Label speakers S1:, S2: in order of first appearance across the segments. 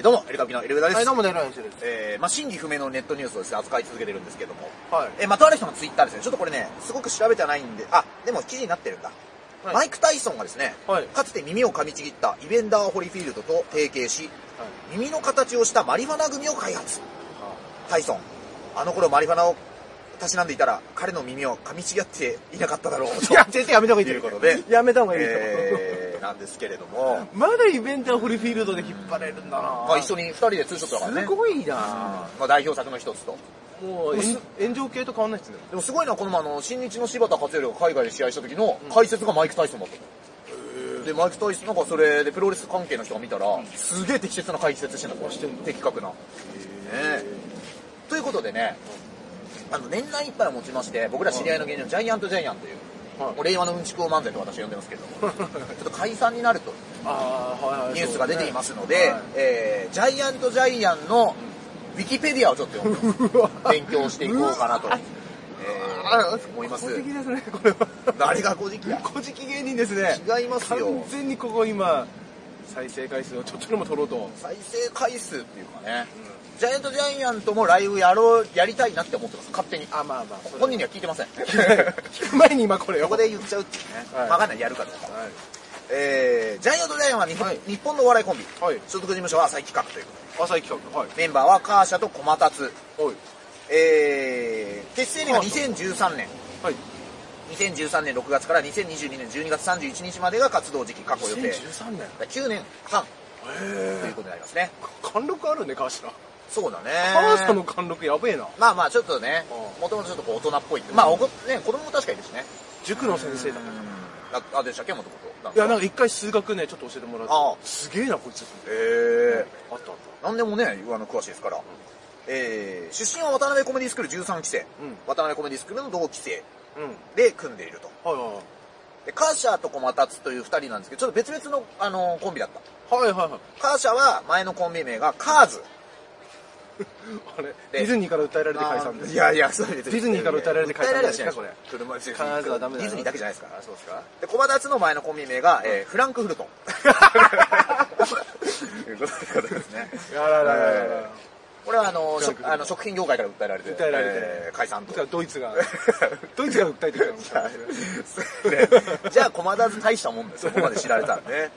S1: どうも、エルカビのエルベダです。
S2: はい、どうも、ネロエンシュです。
S1: えー、まあ真偽不明のネットニュースをですね、扱い続けてるんですけども、
S2: はい
S1: えー、またある人のツイッターですね、ちょっとこれね、すごく調べてはないんで、あ、でも記事になってるんだ。
S2: はい
S1: マイク・タイソンがですね、
S2: はい
S1: かつて耳を噛みちぎったイベンダー・ホリフィールドと提携し、耳の形をしたマリファナ組を開発。タイソン、あの頃マリファナをたしなんでいたら、彼の耳を噛みちぎって いなかっただろうと。
S2: いや、絶対やめた方がいい
S1: と
S2: と
S1: いうことで、
S2: やめた方がいいと。
S1: えー、なんですけれども、
S2: まだイベントはホリフィールドで引っ張れるんだな
S1: まあ一緒に二人でツーショットだからね。
S2: すごいな
S1: まあ代表作の一つと。
S2: もう、
S1: もうす
S2: 炎炎上系と変わんないっすね。
S1: でもすごいのはこの前あの新日の柴田勝頼が海外で試合した時の解説がマイク・タイソンだったの、でマイク・タイソンなんかそれでプロレス関係の人が見たら、すげえ適切な解説してんだから的確な、ねえということでねあの年内いっぱいをもちまして僕ら知り合いの芸人のジャイアント・ジャイアンという、
S2: は
S1: も
S2: い
S1: う令和のうんちくを漫才と私は呼んでますけどちょっと解散になると
S2: ああ、はいは
S1: ニュースが出ていますので、
S2: はい
S1: えージャイアント・ジャイアンのウィキペディアをちょっと読んで
S2: うわ
S1: 勉強していこうかなと、えー思います
S2: 小じきですね、これは。
S1: 誰が古事記や
S2: 小じき芸人ですね。
S1: 違いますよ
S2: 完全にここ今、再生回数をちょっとでも取ろうと。
S1: 再生回数っていうかね、ジャイアントジャイアントもライブやろうやりたいなって思ってます勝手に
S2: あ、まあまあ、
S1: 本人には聞いてません
S2: 聞く前に今これ
S1: こ
S2: を。
S1: こで言っちゃうっていうね、
S2: はい
S1: 分かんないやるかどうか、
S2: はい。
S1: えー、ジャイアントジャイアンは日本,、
S2: はい
S1: 日本のお笑いコンビ、
S2: はい
S1: 所属事務所は浅井企画ということで
S2: 浅井企画。はい。
S1: メンバーはカーシャと小松
S2: おい。
S1: えー、結成年が2013年
S2: はい。
S1: 2013年6月から2022年12月31日までが活動時期過去予定
S2: 2013年。
S1: 9年半と
S2: へ
S1: いうことになりますね、
S2: 貫禄あるね、川島。
S1: そうだね
S2: パワースタの貫禄やべえな。
S1: まあまあちょっとね
S2: う、
S1: もともとちょっとこう大人っぽいって。まあおこ、ね、子供も確かにですね。
S2: 塾の先生だから。
S1: あ、あでしたっけ、もともと。
S2: いや、なん
S1: か。
S2: か一回数学ね、ちょっと教えてもらって。
S1: ああ
S2: すげえな、こいつ。
S1: えー、
S2: あったあっ
S1: なんでもね、あの、詳しいですから。えー、出身は渡辺コメディスクール13期生。
S2: うん
S1: 渡辺コメディスクールの同期生
S2: た。うん。
S1: で組んでいると。
S2: はいはい
S1: で、カーシャーと小松という二人なんですけど、ちょっと別々の、あの、コンビだった。
S2: はい。はいはい はい。
S1: カーシャーは前のコンビ名がカーズ。
S2: あれ、
S1: で
S2: ディズニーから訴えられて解散
S1: あ
S2: で
S1: ー
S2: す。
S1: いやいや、そうです
S2: ディズニーから訴えられて解散
S1: 訴えられはしないです
S2: これ
S1: 車で
S2: カーズはダメだ
S1: デ
S2: よ
S1: ィズニーだけじゃないですから。
S2: そうですか
S1: で、小松の前のコンビ名が、えー、フランクフルトン。ということですね。
S2: やららららら
S1: えー これはあの、
S2: フランク
S1: 食
S2: フルトン
S1: あの食品業界から訴えられて、
S2: 訴えられて
S1: えー解散
S2: だ
S1: と
S2: か。らドイ ツが、ドイツが訴えてきたのか。
S1: でじゃあ、駒田津大したもんですよ。ここまで知られたんでね。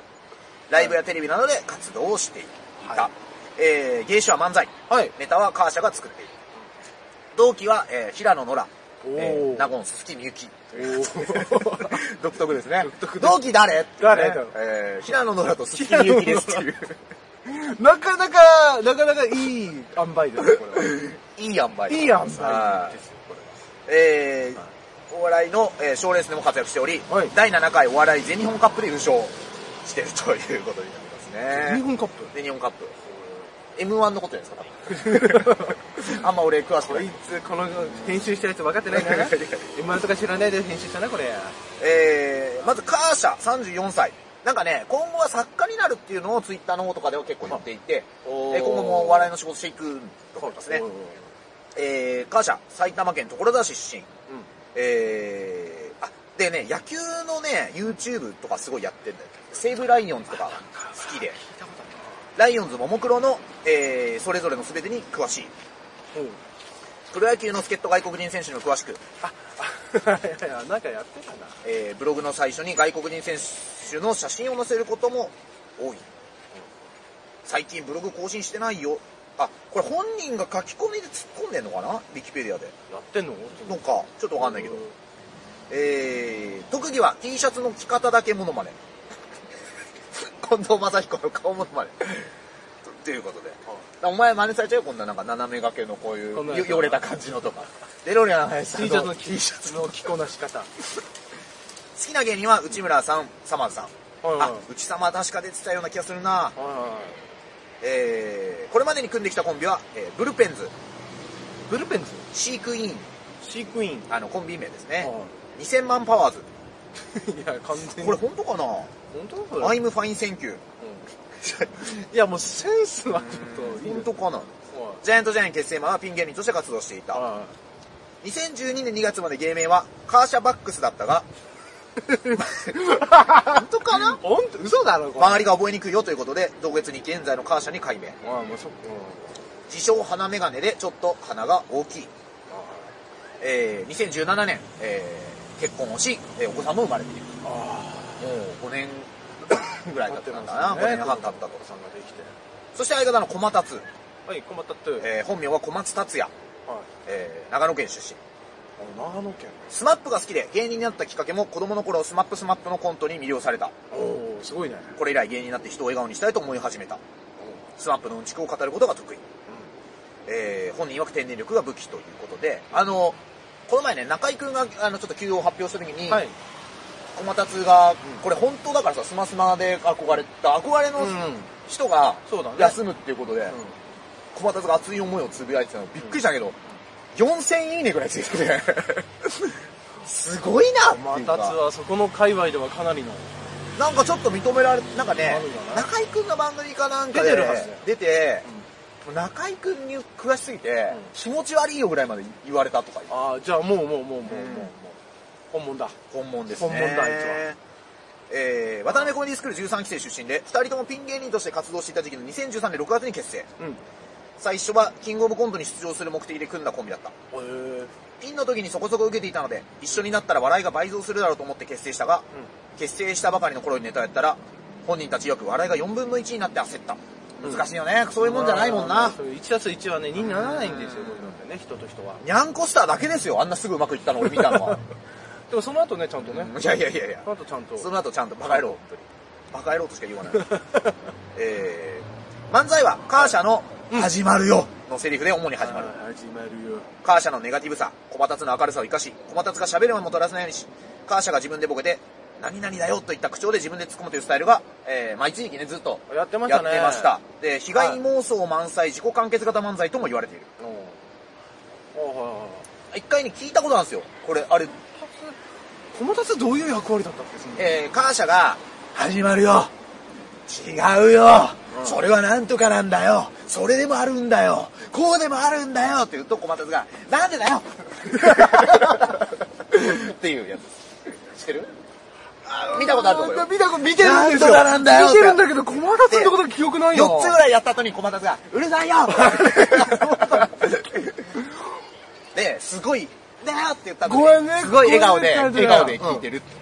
S1: ライブやテレビなどで活動をしていた。
S2: は
S1: えー、芸種は漫才。
S2: はい。
S1: ネタはカーシャが作っている。同期は、えー平野ノラ、
S2: おー
S1: えー、納言鈴木みゆき。
S2: おー
S1: 独特ですね
S2: 独特です
S1: 同期誰
S2: 誰
S1: ねえー平野ノラと鈴木みゆきですっていう。
S2: なかなか、なかなかいい塩梅ですね、これは。
S1: いいやんばい。
S2: いい塩梅
S1: は
S2: ですよ、これ
S1: いえーお笑いの賞、えー、賞レースでも活躍しており、
S2: はい
S1: 第7回お笑い全日本カップで優勝してるということになります
S2: は。
S1: ね。
S2: 日本カップ。
S1: 全日本カップ。M1 のことじゃないで すか、あんま俺詳しく
S2: こ
S1: ない
S2: い。つ、この編集したやつ分かって ないな
S1: いやいやいや。
S2: 今とか知らないで編集したな、これ。
S1: えーまずカーシャ34歳。なんかね、今後は作家になるっていうのをツイッターの方とかでは結構言っていて、え
S2: おー
S1: ー今後もお笑いの仕事していくと思いますね
S2: おー。
S1: えー、カーシャ、埼玉県所沢市出身。
S2: うん。
S1: えー、あ、でね、野球のね、YouTube とかすごいやってんだよ。西武ライオンズとか好きで、
S2: 聞いたことあるな。
S1: ライオンズ、ももクロの、えー、それぞれの全てに詳しい。
S2: うん
S1: プロ野球の助っ人外国人選手にも詳しく、
S2: あ、あいやいや、なんかやってたな。
S1: えー、ブログの最初に外国人選手の写真を載せることも多い。最近ブログ更新してないよ。あ、これ本人が書き込みで突っ込んでんのかなウィキペディアで。
S2: やってんの
S1: のか、ちょっとわかんないけど。えー、特技は T シャツの着方だけモノマネ。 近藤正彦の顔モノマネ。とということで。お前真似されちゃうよ、こんななんか斜め掛けのこうい
S2: こんな
S1: う、
S2: や
S1: よ
S2: つ
S1: よれた感じのとか。デロリアン林さ
S2: T
S1: ん
S2: シャツ
S1: の
S2: の
S1: T シャツ。
S2: の着こなし方。
S1: 好きな芸人は内村さん、サマーズさん。
S2: はいはい
S1: あ、内様は確か出てたような気がするな。
S2: は
S1: えー、これまでに組んできたコンビは、えーブルペンズ、
S2: い。ブルペンズ
S1: 飼育員、
S2: 飼育員。
S1: あの、コンビ名ですね
S2: は。
S1: 2000万パワーズ。
S2: いや、完全に。
S1: これ本当かな
S2: 本当これ
S1: アイムファインセンキュー。
S2: いや、もうセンスはちょっといい
S1: 本
S2: ね。
S1: 当かな
S2: は
S1: ジャイアントジャイアン結成前はピン芸人として活動してい
S2: い
S1: た。
S2: は
S1: 2012年2月まで芸名はカーシャバックスだったが、
S2: 本
S1: 当かな
S2: 本当嘘だろ、これ。
S1: 周りが覚えにくいよということで、同月に現在のカーシャに改名。
S2: ああ、もうそっ
S1: 自称鼻眼鏡でちょっと鼻が大きい。えー、2017年、えー、結婚をし、えーお子さんも生まれている。
S2: ああ。
S1: もう5年 ぐらい経ったのかな、
S2: あ
S1: 5年半経ったと。
S2: さんができて。
S1: そして相方の小松達、
S2: はい、困ったって。はい。
S1: えー本名は小松達也、えー長野県出身。
S2: あの、長野県。
S1: スマップが好きで芸人になったきっかけも子供の頃スマップスマップのコントに魅了された。
S2: おお、すごいね。
S1: これ以来芸人になって人を笑顔にしたいと思い始めた。スマップのうんちくを語ることが得意。えー本人曰く天然力が武器ということで、あの、この前ね、中居くんが、あの、ちょっと休養を発表した時に、
S2: はい。
S1: 小松が、これ本当だからさ、スマスマで憧れた、憧れの
S2: うん
S1: 人が
S2: そうだね
S1: 休むっていうことで、小松が熱い思いをつぶやいてたの、びっくりしたけど、4000いいねぐらいついてて、すごいなって
S2: ま
S1: いう
S2: たつ
S1: か、
S2: はそこの界隈ではかなりの。
S1: なんかちょっと認められ、なんかね
S2: あるんだ、な
S1: 中居くんの番組かなんかで
S2: 出てるはずだよ
S1: 出て、もう中居くんに詳しすぎて、
S2: うん
S1: 気持ち悪いよぐらいまで言われたとか言う
S2: ああ、じゃあもうもうもうもうも
S1: うん
S2: うもう。本物だ。
S1: 本物ですね。
S2: 本物だあいつは
S1: えー、渡辺コメディスクール13期生出身で、2人ともピン芸人として活動していた時期の2013年6月に結成。
S2: うん。
S1: 最初はキングオブコントに出場する目的で組んだコンビだった。
S2: え
S1: ピンの時にそこそこ受けていたので、一緒になったら笑いが倍増するだろうと思って結成したが、結成したばかりの頃にネタやったら、本人たちよく笑いが4分の1になって焦った。
S2: うん
S1: 難しいよね。そういうもんじゃないもんな。
S2: 1たす1はね、2にならないんですよ、こういうのってね、人と人は。
S1: にゃんこスターだけですよ。あんなすぐうまくいったの俺見た のは。
S2: でもその後ね、ちゃんとね。
S1: いやいやいやいや
S2: そ。の後ちゃんと。
S1: その後ちゃんとバカ野郎、本当に。バカ野郎としか言わない。 えー、漫才はカーシャの始まるよのセリフで主に始まる。
S2: あー始まるよ。
S1: カーシャのネガティブさ、小バタツの明るさを生かし、小バタツが喋る間も取らせないようにし、カーシャが自分でボケて、何々だよといった口調で自分で突っ込むというスタイルが、えー、まあ一時期ね、ずっと
S2: やってまし
S1: やったて
S2: ね。
S1: ました。で、被害妄想満載、自己完結型漫才とも言われている。
S2: おう。おうはいはいはい。
S1: 一回に聞いたことなんですよ。これ、あれ、
S2: 小松どういう役割だったっけその
S1: えー、カーシャが、始まるよ違うよ、
S2: うん
S1: それはなんとかなんだよそれでもあるんだよこうでもあるんだよって言うと小松が、なんでだ よっていうやつ。知ってる見たことあると思うよ。
S2: 見たこと、見てるんです
S1: なん
S2: よ。
S1: とかなんだよ
S2: 見てるんだけど、小松ってことが記憶ないよ。
S1: 4つぐらいやった後に小松が、うるさい よで、すごい、だよって言った後に
S2: ごめんね
S1: すごい笑顔で、
S2: ごめんね
S1: 笑顔で聞いてるって。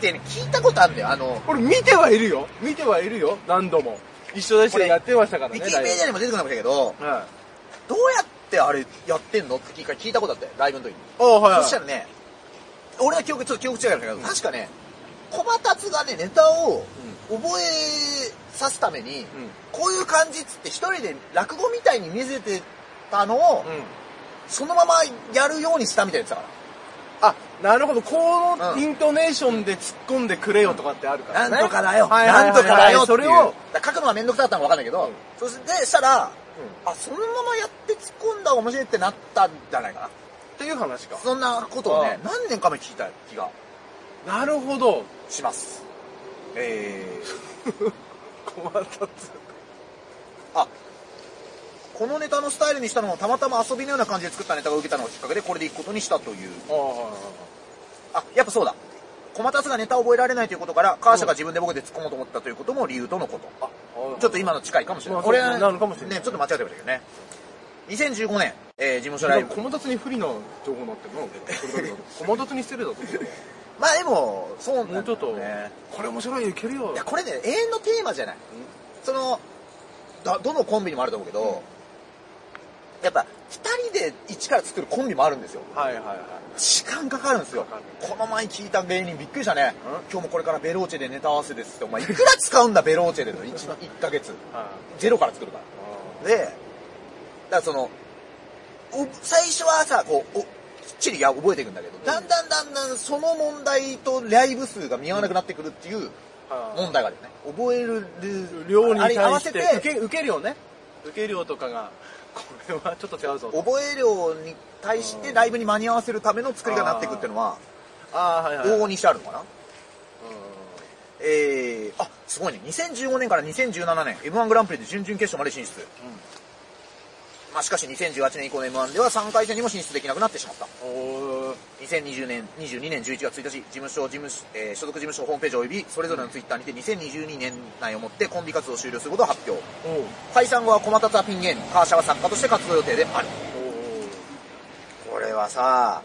S1: でね、聞いたことあるんだよ、あの、
S2: 俺見てはいるよ。見てはいるよ。何度も。一緒でし
S1: これ
S2: てやってましたから
S1: ウィ
S2: ね。
S1: キペディアにも出てこなかったけど、
S2: ライブはい。
S1: どうやってあれやってんのって聞いた聞いたことあったよ、ライブの時に。
S2: おうはいはい。
S1: そしたらね、俺の記憶、ちょっと記憶違うんだけど、確かね、小松がね、ネタを覚えさすために、こういう感じっつって一人で落語みたいに見せてたのを、
S2: うん。うん。
S1: そのままやるようにしたみたいなやつだか
S2: あ、なるほど。こ
S1: う
S2: の
S1: ん。
S2: イントネーションで突っ込んでくれよとかってあるかららね。はいはいはい
S1: なんとかだよってい
S2: そうれを、
S1: だから書くのがめんどくさかったのはわかんないけど、
S2: うん
S1: そしてしたら、あ、そのままやって突っ込んだ方が面白いってなったんじゃないかな。
S2: っていう話か。
S1: そんなことをね、
S2: う
S1: 何年か前聞いた気が
S2: なるほど。
S1: します。え
S2: 小松。
S1: ー、あ、このネタのスタイルにしたのもたまたま遊びのような感じで作ったネタが受けたのがきっかけでこれでいくことにしたという。
S2: ああ、はいはいはい
S1: あ、やっぱそうだ。小松がネタを覚えられないということから、カーシャが自分でボケて突っ込もうと思ったということも理由とのこと。
S2: あはいはい。
S1: ちょっと今の近いかもしれない。
S2: まあそうですね
S1: は
S2: なのかもしれない
S1: ね、ちょっと間違えてましたけどね。2015年、えー事務所ラ
S2: な
S1: イ
S2: ん
S1: ブ
S2: か。小松に不利な情報になってるな。それだけだと小松に失礼だと思う。
S1: まあでも、そうなんだ
S2: も
S1: よ
S2: うちょっと、
S1: ね。
S2: これ面白いよ、いけるよ
S1: いや、。これね、永遠のテーマじゃない。その、だどのコンビにもあると思うけど、やっぱ、二人で一から作るコンビもあるんですよ。
S2: はいはいはい。
S1: 時間かかるんですよ
S2: かかる。
S1: この前聞いた芸人びっくりしたね
S2: ん。
S1: 今日もこれからベローチェでネタ合わせですって。お前いくら使うんだベローチェでの 1, ヶ月。
S2: は
S1: ゼロから作るから。で、だからその、お最初はさ、こう、おきっちりや覚えていくんだけど、だんだんだんだんその問題とライブ数が見合わなくなってくるっていう問題があるよね。覚える
S2: 量に
S1: あ
S2: 対
S1: れ合わ
S2: し
S1: せ
S2: て
S1: て、
S2: 受け受け量ね受け量とかがこれはちょっと違うぞ
S1: 覚え量に対してライブに間に合わせるための作りがなっていくっていうのは、
S2: ああはいはい
S1: 往
S2: う
S1: 々
S2: ん
S1: にしてあるのかな。えー、あ、すごいね。2015年から2017年、M1 グランプリで準々決勝まで進出。まあ、しかし2018年以降の M1 では3回戦にも進出できなくなってしまった。2020年、22年11月1日、事務所、事務所、えー所属事務所ホームページ及び、それぞれのツイッターにて2022年内をもってコンビ活動を終了することを発表。
S2: おう
S1: 解散後は小松はピン芸人、カーシャは作家として活動予定である。これはさ、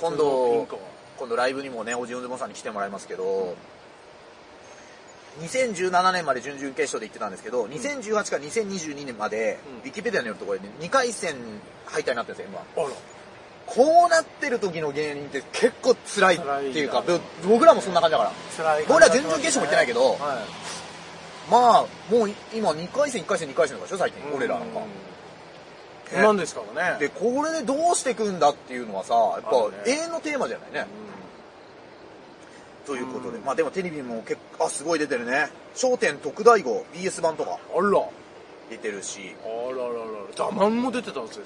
S1: 今度、今度ライブにもね、おじうんずもんさんに来てもらいますけど、2017年まで準々決勝で行ってたんですけど、2018から2022年まで、
S2: うん
S1: ウィキペディアによるとこれね、2回戦敗退になってるんですよ、今。
S2: あら
S1: こうなってる時の芸人って結構辛いっていうか、
S2: 辛い
S1: ぶ僕らもそんな感じだから。
S2: 辛い
S1: 俺ら準々決勝も行ってないけど
S2: は
S1: まあ、もうい今2回戦、1回戦、2回戦とかでしょ、最近
S2: い、。
S1: 俺らなんか。
S2: うんなんですからね
S1: で、これでどうしていくんだっていうのはさ、やっぱ
S2: あるね
S1: 永遠のテーマじゃないね。ということで、まあでもテレビも結構、あ、すごい出てるね。焦点特大号、BS 版とか
S2: うんあら
S1: 出てるし、
S2: あららららザマンも出てたんですよ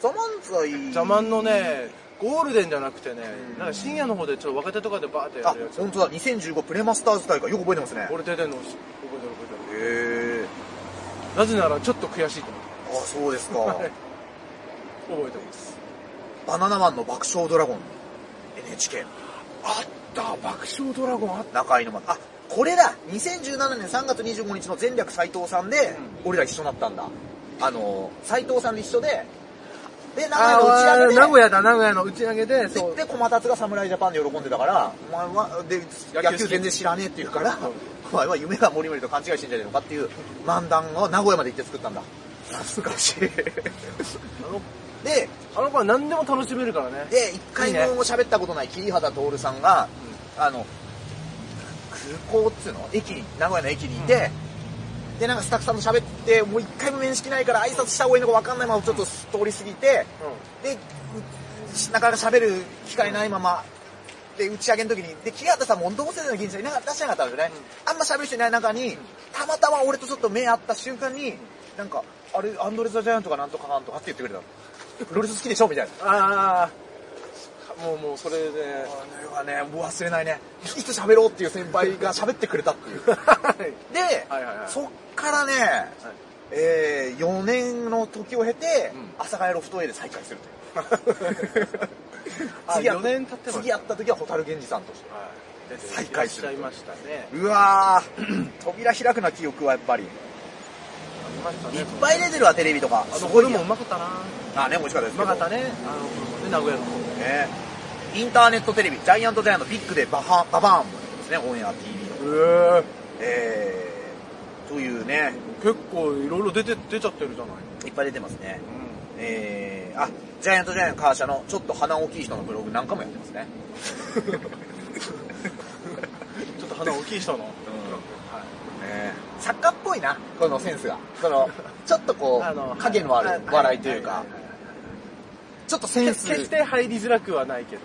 S1: ザ・漫才。
S2: ザマンの。ねゴールデンじゃなくてね
S1: うん
S2: なんか深夜の方でちょっと若手とかでバーってや
S1: あ
S2: るや、つ
S1: 本当だ、2015プレマスターズ大会、よく覚えてますね。
S2: 俺出てんの覚えてる覚えて
S1: へえ。
S2: るなぜならちょっと悔しいと思っ
S1: あ、そうです
S2: た
S1: か。
S2: はい覚えてます
S1: バナナマンの爆笑ドラゴン、NHK。
S2: あった爆笑ドラゴンあっ
S1: 中井の間あこれだ2017年3月25日の前略斎藤さんで、俺ら一緒になったんだあの斎藤さんで一緒でで名古屋の打ち上げで
S2: 名古屋だ名古屋の打ち上げでそう
S1: でで小松が侍ジャパンで喜んでたから、お前はで
S2: 野球
S1: 野球全然知らねえって言うから、お前は夢がもりもりと勘違いしてんじゃねえのかっていう漫談を名古屋まで行って作ったんだ懐かしい
S2: あの
S1: で
S2: あの子は何でも楽しめるからね
S1: で、一回
S2: いいね
S1: も喋ったことない桐畑徹さんが、あの、空港っつうの駅に、名古屋の駅にいて、で、なんかスタッフさんと喋って、もう一回も面識ないから挨拶した方がいいのか分かんないままちょっと通り過ぎて、で、うなかなか喋る機会ないまま、で、打ち上げの時に、で、桐畑さんも同世代の銀座いなかったしなかったわけね、あんま喋る人いない中に、たまたま俺とちょっと目合った瞬間に、なんか、あれ、アンドレ・ザ・ジャイアントかなんとかなんとかって言ってくれたの。プロレス好きでしょみたいな。
S2: ああもうもうそれで
S1: あれはね、もう忘れないね。いつ喋ろうっていう先輩が喋ってくれたっていう。 で、
S2: はいはいはい
S1: そっからね、えー、4年の時を経て、
S2: うん
S1: 朝帰ロフト A で再会するという。
S2: あ
S1: 次会
S2: 四年経ってます
S1: 次会った時は蛍源氏さんとして。再会する
S2: いらっしゃいましたね
S1: うわー、 扉開くな記憶はやっぱり。いっ
S2: ありましたね
S1: ぱい出てるわ、テレビとか。
S2: あの
S1: こ
S2: ホルモンうまかったな
S1: あ、ね、美味しかったですけ
S2: う
S1: ど。
S2: まかったねあのホルモンね名古屋の方
S1: ね。インターネットテレビ、ジャイアントジャイアントビッグでバハババーンもですね、オンエア TV の。
S2: え
S1: えー、というね、
S2: 結構いろいろ出て出ちゃってるじゃない
S1: いっぱい出てますね。えー、あ、ジャイアントジャイアントカーシャのちょっと鼻大きい人のブログなんかもやってますね。
S2: ちょっと鼻大きい人の
S1: ね作家っぽいな、このセンスが。そ の、ちょっとこう、影のある笑いというか、ちょっとセンス、
S2: 決
S1: うん
S2: し、て入りづらくはないけど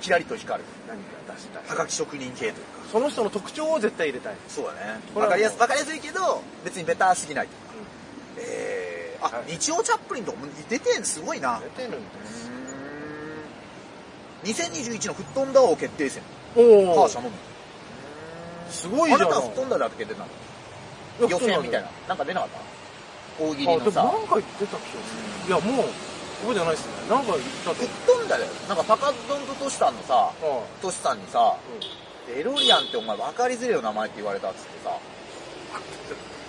S1: キラリと光る。
S2: 何か出したい
S1: はがき職人系というか。
S2: その人の特徴を絶対入れたい
S1: そうだね。
S2: これは
S1: わか
S2: もう
S1: りやす、わかりやすいけど、別にベタすぎないというか。
S2: うん
S1: えー、あ、
S2: はい
S1: 日曜チャップリンとかも出てんすごいな。
S2: てるんで
S1: うーん2021の吹っ飛んだ王決定戦、カ
S2: お
S1: ー
S2: お
S1: シャのみ。
S2: すご
S1: あ
S2: いじ
S1: な
S2: ゃん
S1: たは吹っ飛んだだけ出たの予選みたいな。なんか出なかった大喜利
S2: あ、
S1: の
S2: でも
S1: さ。
S2: 何回出たっけいや、もう、覚えてないっすね。何回言ったって
S1: 吹っ。飛んだよ。なんか、パカズドンとトシさんのさ、
S2: ああ
S1: トシさんにさ、
S2: うん
S1: デロリアンってお前分かりづれえよ名前って言われたっつってさ。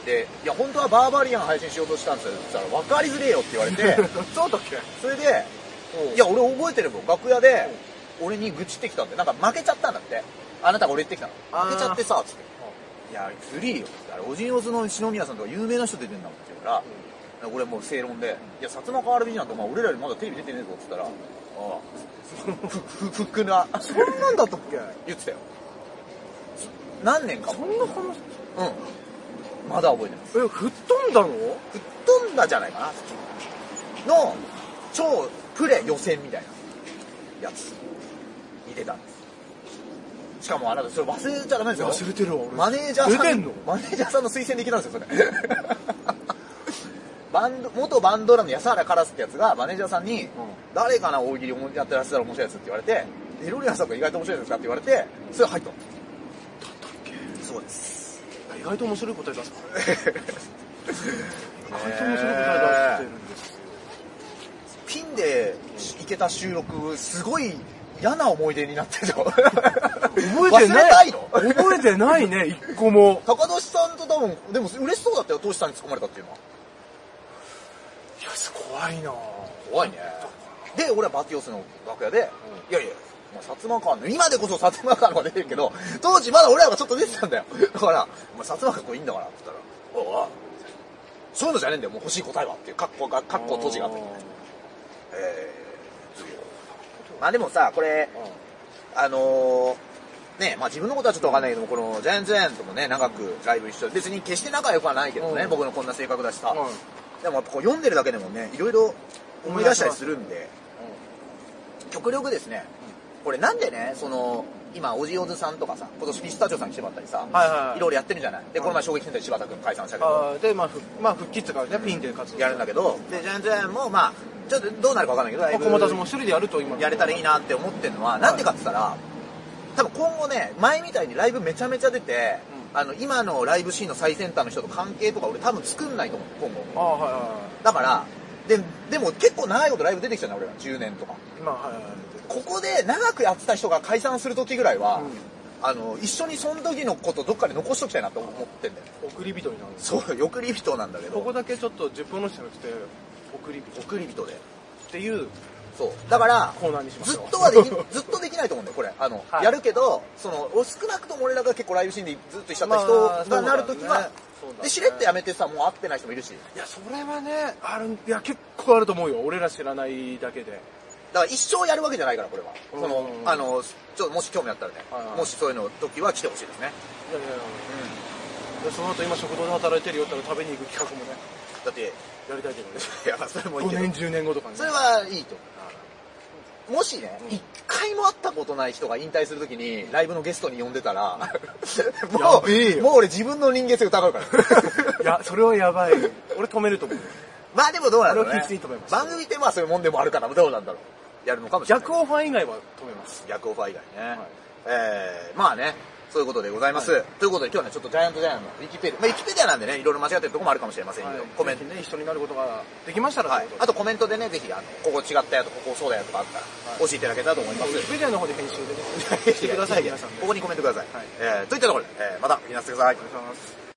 S1: で、いや、本当はバーバリアン配信しようとしたんですよ。って言ったら、分かりづれえよって言われ て、
S2: そうだっけ
S1: それで、
S2: い
S1: いや、俺覚えてるもん。楽屋で、俺に愚痴ってきたんで、なんか負けちゃったんだって。あなたが俺言ってきたの。
S2: あー
S1: 負けちゃってさ、つって。いや、ずりーよ。あれ、おじんおずの篠宮さんとか有名な人出てんだもんって言うから、俺もう正論で、いや、薩摩川 RB なんてお前俺らよりまだテレビ出てねえぞって言ったら、ああ、ふ、ふ、ふっくな、
S2: そんなんだったっけ
S1: 言ってたよ。何年か
S2: そ
S1: も。
S2: んな話、
S1: うん。まだ覚えてます。
S2: え、吹っ飛んだの
S1: 吹っ飛んだじゃないかな。の、超プレ予選みたいなやつに出たんです。しかもあなた、それ忘れちゃダメですよ。
S2: 忘れてるわ、俺。
S1: マネージャーさん
S2: 出てんの
S1: マネージャーさんの推薦で行けたんですよ、それ。 バンド元バンドラの安原カラスってやつがマネージャーさんに、誰かな大喜利思いやってらっしゃる面白いやつって言われて、エロリアンさんが意外と面白いですかって言われて、それ入ったのそうです。
S2: 意外と面白い答え出すから。意
S1: 本
S2: 外と面白い答え出してる。
S1: けた収録、すごい嫌な思い出になってるよ。
S2: 覚えて
S1: 忘れ
S2: な
S1: た
S2: い
S1: いの
S2: 覚えてないね、一個も。
S1: 高年さんと多分、でも嬉しそうだったよ、トシさんに突っ込まれたっていうのは。
S2: いや、怖いなぁ。
S1: 怖いね。で、俺はバティオスの楽屋で、いやいや、まあ、薩摩川の、今でこそ薩摩川のが出てるけど、当時まだ俺らがちょっと出てたんだよ。だから、お前薩摩川これいいんだから、って言ったら、おいおいそういうのじゃねえんだよ、もう欲しい答えはっていう、カッコが、カッコ閉じがあったけどね。えー次まあでもさ、これ、あのー、ね、まあ自分のことはちょっとわかんないけども、このジャイアンツジャイアントもね、長くライブ一緒で、別に決して仲良くはないけどね、
S2: うん
S1: 僕のこんな性格だしさ、
S2: うん
S1: でもやっぱこう読んでるだけでもね、いろいろ思い出したりするんで、極力ですね、これなんでね、その、今、おじおずさんとかさ、今年ピスタチオさん来てもらったりさ、
S2: はいはいはい
S1: ろいろやってるじゃない。で、
S2: うん
S1: この前衝撃戦隊柴田くん解散したけど、
S2: あーで、まあ、ふまあ、復帰って感じで、ピンで活動
S1: やるんだけど、で、ジャイアンツジャイアントもまあ、ちょっとどうなるかわかんないけど、
S2: ま
S1: ライ
S2: あ、
S1: ブ
S2: 小松も一人でやると今。
S1: やれたらいいなって思ってるのは、なんでかって言ったら、多分今後ね、前みたいにライブめちゃめちゃ出て、あの、今のライブシーンの最先端の人と関係とか俺多分作んないと思う、今後。
S2: ああ、はいはいは
S1: だから、で、でも結構長いことライブ出てきたね、俺ら。10年とか。
S2: い。まあ、はいはいはい。
S1: ここで長くやってた人が解散する時ぐらいは、
S2: うん
S1: あの、一緒にその時のことどっかで残しときたいなって思ってんだよ。
S2: 送り人になるんです。
S1: そう、送り人なんだけど。
S2: ここだけちょっと10分の1じゃなくて、送り人っ
S1: 送り人で。
S2: ていう
S1: そう。だから、
S2: コーナーにしまし
S1: ずっ
S2: ょう。
S1: とはでき、ずっとできないと思うんだよ、これ。あの、
S2: はい
S1: やるけど、その、お少なくとも俺らが結構ライブシーンでずっと一緒だった
S2: ま
S1: 人
S2: あそうだ
S1: が
S2: ね
S1: なるときは、
S2: そうだね
S1: で、しれっとやめてさ、もう会ってない人もいるし。
S2: いや、それはね、ある、いや、結構あると思うよ。俺ら知らないだけで。
S1: だから一生やるわけじゃないから、これは。その
S2: う、ん
S1: あの、ちょっともし興味あったらね
S2: はいは、い
S1: もしそういうの時は来てほしいですね。
S2: いやいやいや、でその後今食堂で働いてるよって言ったら食べに行く企画もね、
S1: だって、
S2: やりたいけどね。
S1: いや、それもいい
S2: 5
S1: けど
S2: 年、。10年後とか に、ね。
S1: それはいいと思う。もしね、一、回も会ったことない人が引退するときに、ライブのゲストに呼んでたら、も
S2: やべえ
S1: う、
S2: よ
S1: もう俺自分の人間性疑うから。
S2: いや、それはやばい。俺止めると思う。
S1: まあでもどうなんだろう
S2: あれ
S1: ね
S2: はきついと思いま。す
S1: 番組ってまあそういうもんでもあるから、どうなんだろう。やるのかもしれない。
S2: 逆オファー以外は止めます。
S1: 逆オファー以外ね。
S2: い
S1: えー、まあね、そういうことでございます。
S2: は
S1: ということで今日はね、ちょっとジャイアントジャイアントのウィキペディア、まあウィキペディアなんでね、いろいろ間違ってるとこもあるかもしれませんけど、コメント
S2: ぜ。ひね、一緒になることができましたら
S1: はい
S2: という。こ
S1: あ
S2: と
S1: とコメントでね、ぜひ、あの、ここ違ったよとか、ここそうだよとかあったら、教えていただけたらと思いま
S2: で。
S1: す
S2: ウィ。キペディアの方で編集でね、
S1: ぜ
S2: し
S1: ひ
S2: てください、皆さんで。
S1: ここにコメントください。
S2: はい
S1: えー、といったところで、えーまた、お聞きなさいください
S2: お。願いします。